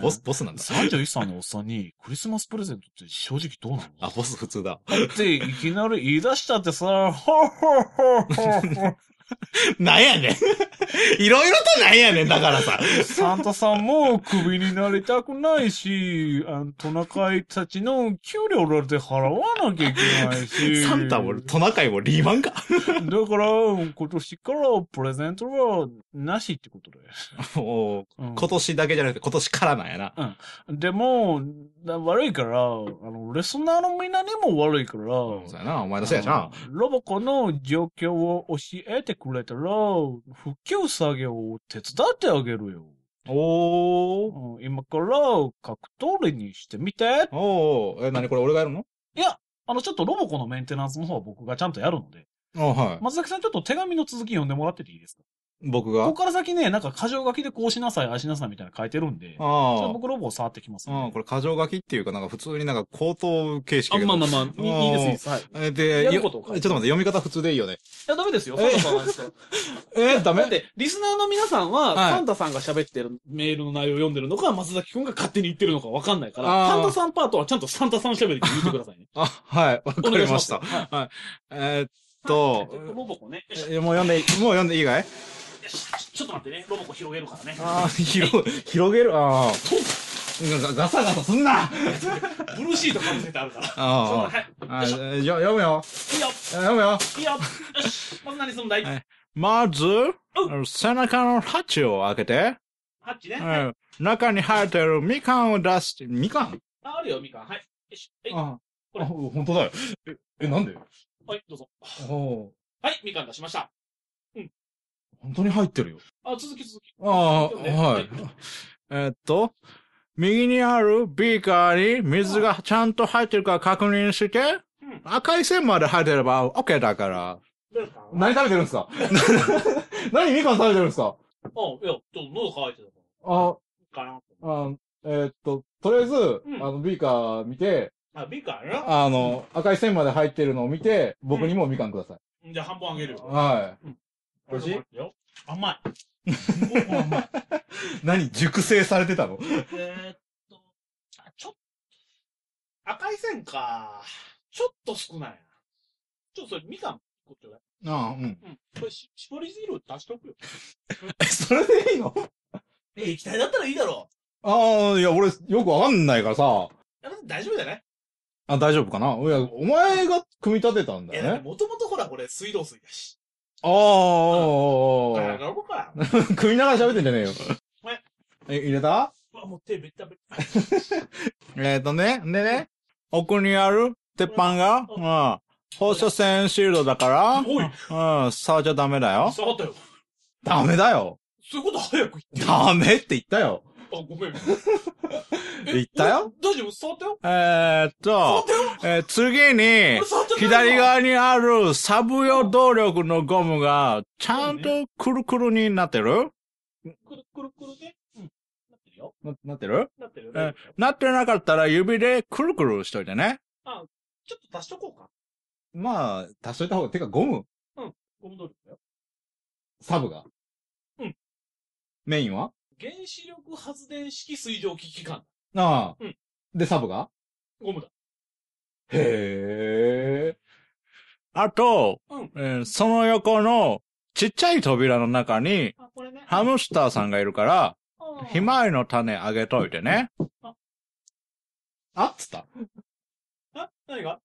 Speaker 2: ボス、ボスなんだ。
Speaker 1: 31歳のおっさんにクリスマスプレゼントって正直どうな
Speaker 2: あ、ボス普通だ。
Speaker 1: のっていきなり言い出したってさ、 ほっほっほっほっほ
Speaker 2: なんやねん。いろいろとなんやねん、だから さ。
Speaker 1: サンタさんもクビになりたくないし、あのトナカイたちの給料だって払わなきゃいけないし。
Speaker 2: サンタもトナカイもリーマンか。
Speaker 1: だから、今年からプレゼントはなしって ことで。
Speaker 2: おー
Speaker 1: うん
Speaker 2: 今年だけじゃなくて今年からなんやな。
Speaker 1: でも、だ悪いから、あの、レスナーのみんなにも悪いから、
Speaker 2: そうやな、お前のせいやしな。
Speaker 1: ロボコの状況を教えてくれたら、復旧作業を手伝ってあげるよ。
Speaker 2: おー。
Speaker 1: うん今から格闘りにしてみて。
Speaker 2: おー。え、なにこれ俺がやるの
Speaker 1: あの、ちょっとロボコのメンテナンスの方は僕がちゃんとやるので。
Speaker 2: あは
Speaker 1: 松崎さんちょっと手紙の続き読んでもらってていいですか
Speaker 2: い。僕
Speaker 1: こ
Speaker 2: が
Speaker 1: こから先ね、なんか箇条書きでこうしなさい、ああしなさいみたいなの書いてるんで、ちょっ
Speaker 2: あ
Speaker 1: と僕ロボを触ってきますんで、
Speaker 2: あ。うん、これ過剰書きっていうかなんか普通になんか口頭形式
Speaker 1: あ、
Speaker 2: やけど
Speaker 1: まあまあまあ、いいいいです、いいです。はい。い
Speaker 2: えで、
Speaker 1: や
Speaker 2: よ
Speaker 1: る
Speaker 2: ち
Speaker 1: こ
Speaker 2: ょ
Speaker 1: と
Speaker 2: っ
Speaker 1: を
Speaker 2: と
Speaker 1: 書
Speaker 2: 待
Speaker 1: い
Speaker 2: ってて、読み方普通でいいよね。
Speaker 1: や、ダメですよ。
Speaker 2: え
Speaker 1: サンタさんなんですよ。
Speaker 2: えー、ダ
Speaker 1: だっ
Speaker 2: メ
Speaker 1: て、リスナーの皆さんは、
Speaker 2: はい
Speaker 1: サンタさんが喋ってるメールの内容を読んでるのか、松崎くんが勝手に言ってるのかわかんないから、
Speaker 2: あー。
Speaker 1: サンタさんパートはちゃんとサンタさん喋りで言ってくださいね
Speaker 2: あ、はい、わか
Speaker 1: お願い
Speaker 2: りました。
Speaker 1: すはい
Speaker 2: えーっ
Speaker 1: はい
Speaker 2: と
Speaker 1: ちょっ、ロボコね。よし
Speaker 2: えもう読んでいい、もう読んでいいかい
Speaker 1: よしちょっと待ってね。ロボコ広げるからね。
Speaker 2: ああ、広、広げる、ああ。ガガサガサすんな
Speaker 1: ブルーシートかぶせてあるから。そう
Speaker 2: あ
Speaker 1: はい。
Speaker 2: あ、あじゃ読
Speaker 1: い
Speaker 2: むよ。
Speaker 1: いよ。
Speaker 2: 読むよ。
Speaker 1: いいよ。よし。まず何すんだい
Speaker 2: はいまず、背中のハチを開けて、
Speaker 1: ハッチね。
Speaker 2: うん中に入ってるみかんを出して、みかん
Speaker 1: ああるよ、みかん。はい。よし。はい。
Speaker 2: あ、あほんとだよ。え、え、なんで
Speaker 1: はい、どうぞ。
Speaker 2: ほ
Speaker 1: はい、みかん出しました。
Speaker 2: 本当に入ってるよ。
Speaker 1: あ、続き続き。
Speaker 2: ああ、はい。えっと、右にあるビーカーに水がちゃんと入ってるか確認して、
Speaker 1: うん。
Speaker 2: 赤い線まで入ってれば OK だから。
Speaker 1: どうですかあ、
Speaker 2: 何食べてるんで すか何みかん食べてるんですか
Speaker 1: いや、ちょっと喉乾いてたか
Speaker 2: あ、
Speaker 1: ら。かなと思っ
Speaker 2: あえーっと、とりあえず、
Speaker 1: うん
Speaker 2: あの、ビーカー見て、
Speaker 1: て。あ、みかんや
Speaker 2: あの、赤い線まで入ってるのを見て、僕にもみかんください。
Speaker 1: なじゃあ半分あげるよ。
Speaker 2: は
Speaker 1: 美味
Speaker 2: 美味
Speaker 1: し
Speaker 2: し
Speaker 1: い
Speaker 2: い
Speaker 1: よ。甘い。甘い。
Speaker 2: い。何熟成されてたの
Speaker 1: えーっと、あ、ちょっと、赤い線か。ちょっと少ないな。ちょっとそれ、みかん、個ちょうだい。
Speaker 2: ああ、うん。
Speaker 1: うん。これし、絞り汁を出しとくよ。
Speaker 2: え、 それでいいの
Speaker 1: え、液体だったらいいだろ
Speaker 2: ああ、いや、俺、よくわかんないからさ。
Speaker 1: う。あなた大丈夫じゃない
Speaker 2: あ、大丈夫かないや、お前が組み立てたんだ
Speaker 1: え、だって
Speaker 2: よね。
Speaker 1: もともとほら、これ水道水だし。
Speaker 2: ああ
Speaker 1: あ、
Speaker 2: ああ、
Speaker 1: なるほどか。
Speaker 2: 組みながら喋ってんじゃねえよ
Speaker 1: ごめん。
Speaker 2: え、入れた
Speaker 1: うわ、もう手べったべった。
Speaker 2: えっ、ー、とね、でね、奥にある鉄板が、
Speaker 1: う
Speaker 2: うん。放射線シールドだか
Speaker 1: おい、
Speaker 2: ら、うん、触っちゃダメだよ。
Speaker 1: 下がったよ。
Speaker 2: ダメだよ。
Speaker 1: そういうこと早く言って。あ、
Speaker 2: ダメって言ったよ。
Speaker 1: ごめん。え
Speaker 2: 言ったよ
Speaker 1: 大丈夫触ったよ
Speaker 2: えー、っ
Speaker 1: 触っ
Speaker 2: と、
Speaker 1: たよ
Speaker 2: えー次に
Speaker 1: 俺、触っちゃったよ
Speaker 2: 左側にあるサブ用動力のゴムが、ちゃんとくるくるになってる
Speaker 1: くるくるくるね。うん。なってるよ。
Speaker 2: ななってる
Speaker 1: なってるよ。
Speaker 2: え
Speaker 1: 大丈夫よ
Speaker 2: なってなかったら指でくるくるしといてね。
Speaker 1: ちょっと足しとこうか。
Speaker 2: まあ、足しといた方が、てかゴム、
Speaker 1: ゴム動力だよ。
Speaker 2: サブが。
Speaker 1: うん。
Speaker 2: メインは
Speaker 1: 原子力発電式水蒸気機関。
Speaker 2: ああ。
Speaker 1: うん
Speaker 2: で、サブが
Speaker 1: ゴムだ。
Speaker 2: へえ。あと、
Speaker 1: うん
Speaker 2: えーその横のちっちゃい扉の中に、
Speaker 1: あ、これね。
Speaker 2: ハムスターさんがいるから、
Speaker 1: あー
Speaker 2: ひまわりの種あげといてね
Speaker 1: あ。
Speaker 2: あっつった
Speaker 1: あ、何が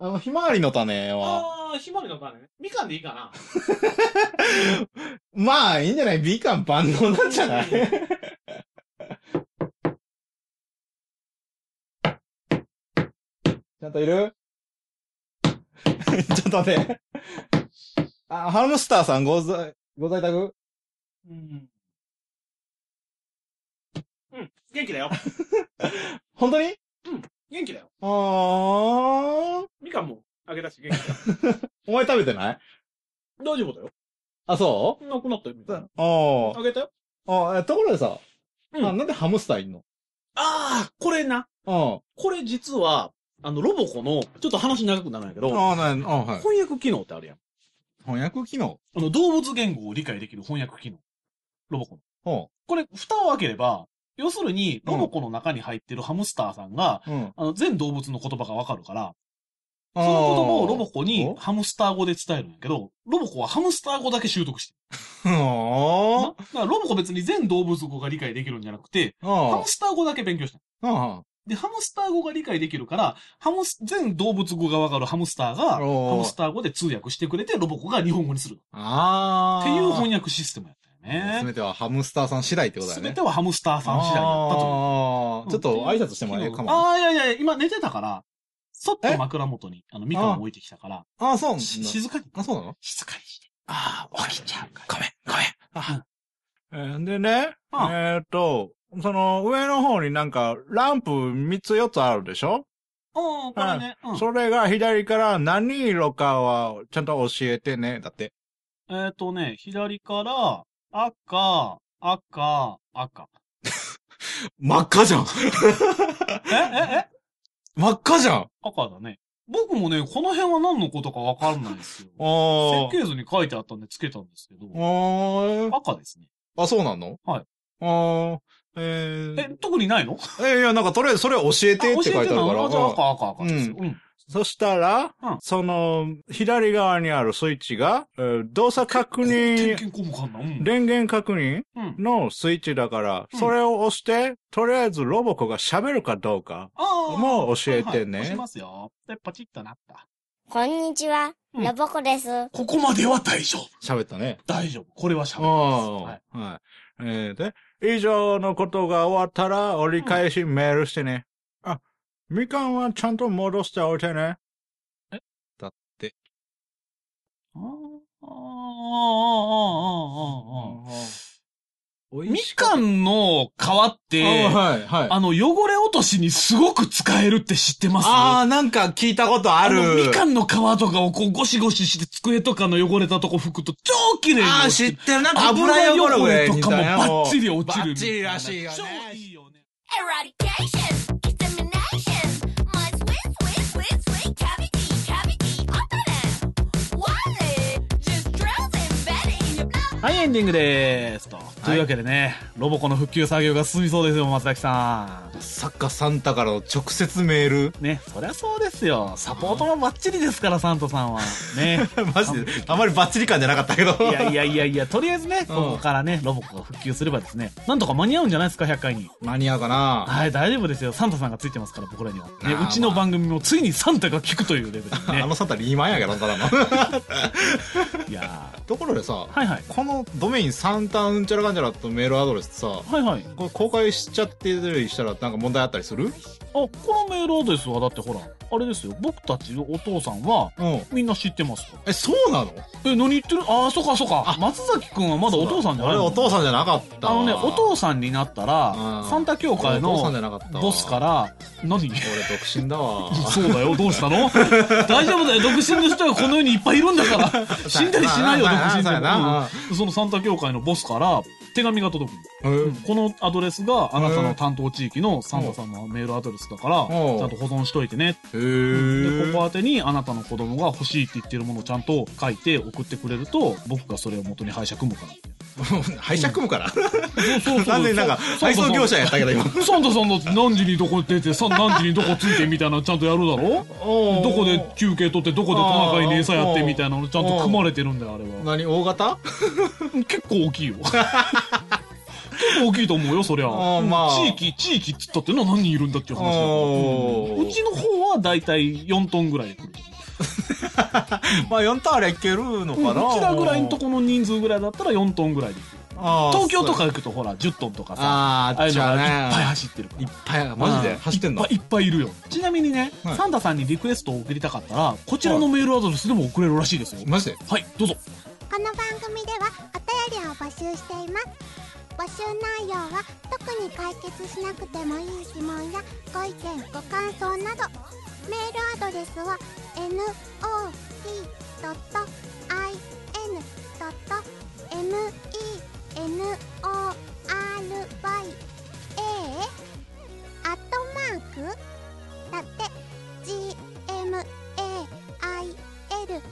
Speaker 2: あの、ひまわりの種は、
Speaker 1: ああー、ひまわりの種ね。みかんでいいかな。
Speaker 2: まあ、いいんじゃない美観万能なんじゃない ちゃんといる ちょっとね。あ、ハムスターさんご在、ご在宅
Speaker 1: うん。うん。元 気だよ。
Speaker 2: 本当に
Speaker 1: 元気だよ。
Speaker 2: あー。
Speaker 1: みかんもあげたし元気だよ。
Speaker 2: お前食べてない
Speaker 1: 大丈夫だよ。
Speaker 2: あ、そ
Speaker 1: なくなったよ、み
Speaker 2: う
Speaker 1: か
Speaker 2: あ
Speaker 1: ん。
Speaker 2: ー
Speaker 1: あげたよ。
Speaker 2: あー。ところでさ、
Speaker 1: うん
Speaker 2: あなんでハムスターいんの
Speaker 1: ああ、これな。
Speaker 2: あ
Speaker 1: これ実は、あの、ロボコの、ちょっと話長くなるんやけど、
Speaker 2: あー、なあー、はい。
Speaker 1: 翻訳機能ってあるやん。
Speaker 2: 翻訳機能
Speaker 1: あの、動物言語を理解できる翻訳機能。ロボコの。
Speaker 2: ほ
Speaker 1: これ、蓋を開ければ、要するに、ロボコの中に入ってるハムスターさんが、
Speaker 2: う。うん。
Speaker 1: あの、全動物の言葉がわかるから、
Speaker 2: そ
Speaker 1: その言葉をロボコ
Speaker 2: お
Speaker 1: にハムスター語で伝えるんやけど、ロボコはハムスター語だけ習得してる。な
Speaker 2: あ
Speaker 1: だからロボコ別に全動物語が理解できるんじゃなくて、ハ
Speaker 2: あ
Speaker 1: ムスター語だけ勉強した。
Speaker 2: あ
Speaker 1: で、ハムスター語が理解できるから、ハムス、全動物語がわかるハムスターが、
Speaker 2: おー
Speaker 1: ハムスター語で通訳してくれて、ロボコが日本語にする。
Speaker 2: あ
Speaker 1: っていう
Speaker 2: に
Speaker 1: 翻訳システムやったよ
Speaker 2: す
Speaker 1: ね。
Speaker 2: べてはハムスターさん次第ってことだよ
Speaker 1: す
Speaker 2: ね。
Speaker 1: べてはハムスターさん次第やったとい
Speaker 2: ああ
Speaker 1: う。
Speaker 2: ちょっと挨拶してもらえるかも。
Speaker 1: ああー、いやいやいや、今寝てたから、そっ
Speaker 2: え
Speaker 1: と枕元に、あの、みかんを置いてきたから、
Speaker 2: ああ、そうなの
Speaker 1: し静かに、
Speaker 2: あ、そうなの
Speaker 1: 静かにして。
Speaker 2: ああ、
Speaker 1: 起きちゃうから。
Speaker 2: ごめん、ごめん。あえーでね、え
Speaker 1: あ
Speaker 2: ーっと、その上の方になんかランプ3つ4つあるでしょ
Speaker 1: うん、これね、うん。
Speaker 2: それが左から何色かはちゃんと教えてね。だって。
Speaker 1: えっ、とね、左から、赤、赤、赤。
Speaker 2: 真っ赤じゃん
Speaker 1: え、え、え
Speaker 2: 真っ赤じゃんあ
Speaker 1: 赤だね。僕もね、この辺は何のことかわかんないんですよ。
Speaker 2: あ
Speaker 1: 設。計図に書いてあったんでつけたんですけど、
Speaker 2: あ
Speaker 1: 赤ですね。
Speaker 2: あ。あ、そうなの
Speaker 1: はい。
Speaker 2: ああ。えー、
Speaker 1: え、特にないの
Speaker 2: え、いや、なんかとりあえずそれ教えてって書いてある
Speaker 1: あ教えて
Speaker 2: から。
Speaker 1: んのあじゃあ
Speaker 2: うん
Speaker 1: 赤赤赤ですよ。うん。
Speaker 2: そしたら、
Speaker 1: うん
Speaker 2: その、左側にあるスイッチが、えー動作確
Speaker 1: 点
Speaker 2: 認、
Speaker 1: 検項目あんな。うん。
Speaker 2: 電源確認
Speaker 1: うん。
Speaker 2: のスイッチだから、
Speaker 1: うん
Speaker 2: それを押して、とりあえずロボコが喋るかどうか
Speaker 1: ああ。
Speaker 2: も教えて
Speaker 1: はいはい押し
Speaker 2: ね。
Speaker 1: ますよ。で、パチッとなった。
Speaker 4: こんにちは、
Speaker 1: うん
Speaker 4: ロボコです。
Speaker 1: ここまでは大丈夫。
Speaker 2: 喋、ったね。
Speaker 1: 大丈夫。これは喋
Speaker 2: あ
Speaker 1: る。
Speaker 2: あ、
Speaker 1: はい
Speaker 2: はい。えーで、以上のことが終わったら、折り返しメールしてね。あ、みかんはちゃんと戻しておいてね。
Speaker 1: あーあー、あーあー、あーあー、あ
Speaker 2: お
Speaker 1: ー。みかんの皮って、
Speaker 2: はい、はい。
Speaker 1: あの、汚れ落としにすごく使えるって知ってます
Speaker 2: ああ、なんか聞いたことある。
Speaker 1: のみかんの皮とかをこうゴシゴシして机とかの汚れたとこ拭くと超綺麗に
Speaker 2: ああ、
Speaker 1: 落
Speaker 2: 知
Speaker 1: ち。
Speaker 2: っててる。なんか
Speaker 1: 油
Speaker 2: 油
Speaker 1: 汚
Speaker 2: 汚れ
Speaker 1: れと
Speaker 2: み
Speaker 1: かも
Speaker 2: たいな
Speaker 1: バ
Speaker 2: の
Speaker 1: ッチリ落ちる。
Speaker 2: バッチリらしいよね
Speaker 1: 超いいよね。
Speaker 5: Eradication, extermination, my sweet, sweet, sweet, sweet cavity, cavity, open it, wallet, just drown embedded in your blood.
Speaker 6: はい、エンディングでーすと。というわけでね、ロボコの復旧作業が進みそうですよ、松崎さん。
Speaker 2: 作家サンタからの直接メー ル。
Speaker 1: ね、そりゃそうですよ。サポートもバッチリですから、サンタさんは。 ね。
Speaker 2: マジで、あまりバッチリ感じゃなかったけど。
Speaker 1: いやいやいやいや、とりあえずね、ここからね、ロボコが復旧すればですね、なんとか間に合うんじゃないですか、100回に。
Speaker 2: 間に合うかな
Speaker 1: はい、大丈夫ですよ。サンタさんがついてますから、僕らには。ね、
Speaker 2: あー
Speaker 1: うちの番組もついにサンタが聞くというレベルで
Speaker 2: あ
Speaker 1: ね。
Speaker 2: のサンタリーマンやけど、ただの。
Speaker 1: いや
Speaker 2: ところでさ
Speaker 1: ー、はいはい。
Speaker 2: このドメインサンタうんちゃらかんちゃらとメールアドレスってさ、
Speaker 1: はいはい。あ、
Speaker 2: これ公開しちゃってたりしたらなんか問題あったりする
Speaker 1: このメールアドレスは、だってほら、あれですよ。僕たちのお父さんは、
Speaker 2: うん。
Speaker 1: みんな知ってますと。
Speaker 2: え、そうなの
Speaker 1: え、何言ってるああ、そうかそうか。松崎くんはまだお父さんじゃない
Speaker 2: 俺
Speaker 1: の
Speaker 2: お父さんじゃなかった
Speaker 1: あ
Speaker 2: わ。
Speaker 1: のね、お父
Speaker 2: さ
Speaker 1: さんになったら
Speaker 2: う、ん
Speaker 1: サンタ協会
Speaker 2: お父さんじゃ
Speaker 1: の
Speaker 2: なかったわ
Speaker 1: ボスから、 何
Speaker 2: 俺独身だわ。
Speaker 1: そうだよ、どうしたの 大丈夫だよ、独身の人がこの世にいっぱいいるんだ から。死んだりしないよ、独
Speaker 2: まあ
Speaker 1: 身で
Speaker 2: まあまあま
Speaker 1: も
Speaker 2: あ。
Speaker 1: うんそのサンタ協会のボスから手紙が届くの。
Speaker 2: うん
Speaker 1: うんこのアドレスがあなたの担当地域のサンタさんのメールアドレスだから、
Speaker 2: うん
Speaker 1: ちゃんと保存しといてね。で、
Speaker 2: へー
Speaker 1: ここ宛てにあなたの子供が欲しいって言ってるものをちゃんと書いて送ってくれると、僕がそれを元に拝借もかな。
Speaker 2: 拝借組むから。
Speaker 1: そうそうそう
Speaker 2: 完全に なんか、配送業者やったけど、今。
Speaker 1: サンタさんだって何時にどこ出て、さ何時にどこついてみたいなのちゃんとやるだろど
Speaker 2: ど
Speaker 1: こで休憩取って、どこでトナカイに餌やってみたいなのちゃんと組まれてるんだよ、あれは。
Speaker 2: 何大型
Speaker 1: 結構大きい よ。結構大きいと思うよ、そりゃ。
Speaker 2: あーまあ
Speaker 1: 地域、地域っつったってな、何人いるんだっていう話だから
Speaker 2: お
Speaker 1: うんうちの方はだいたい4トンぐらい来る。
Speaker 2: まあ4ターレいけるの
Speaker 1: うん
Speaker 2: かな
Speaker 1: うちらぐらいのとこの人数ぐらいだったら4トンぐらいで来る。東
Speaker 2: 東
Speaker 1: 京とか行くとほら、10トンとかさ、
Speaker 2: あ
Speaker 1: あ
Speaker 2: ー
Speaker 1: あ
Speaker 2: あ
Speaker 1: い
Speaker 2: っ
Speaker 1: う
Speaker 2: ち
Speaker 1: のが
Speaker 2: はい
Speaker 1: っ
Speaker 2: ね
Speaker 1: ぱい走ってるから
Speaker 2: い。っぱいマジで走ってん
Speaker 1: いっ
Speaker 2: の
Speaker 1: ぱいいっぱいいるよ。ちなみにね、
Speaker 2: はい
Speaker 1: サンタさんにリクエストを送りたかったら、こちらのメールアドレスでも送れるらしいですよ。
Speaker 2: マジで
Speaker 1: はい、どうぞ。
Speaker 5: この番組ではお便りを募集しています募集内容は特に解決しなくてもいい疑問やご意見ご感想などメールアドレスは n o t i n m e n o r y a アットマークだって g m a i l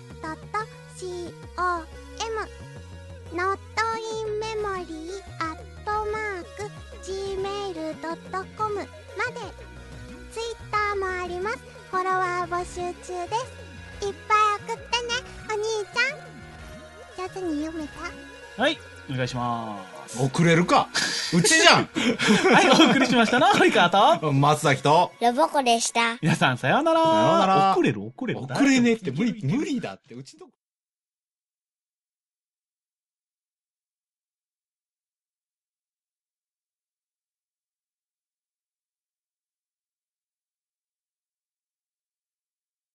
Speaker 5: c o m ノットインメモリーアットマーク gmail.com までツイッターもありますフォロワー募集中ですいっぱい送ってねお兄ちゃん上手に読めた
Speaker 1: はい、お願いします。
Speaker 2: 遅れるか うちじゃ
Speaker 1: はい、お送りしましたのは堀川と。
Speaker 2: ん松崎と
Speaker 3: ロボコでした。
Speaker 1: 皆さん、さようなら。
Speaker 2: さようなら
Speaker 1: 遅れる、遅れる。
Speaker 2: 遅れねえって無理無理だってうちの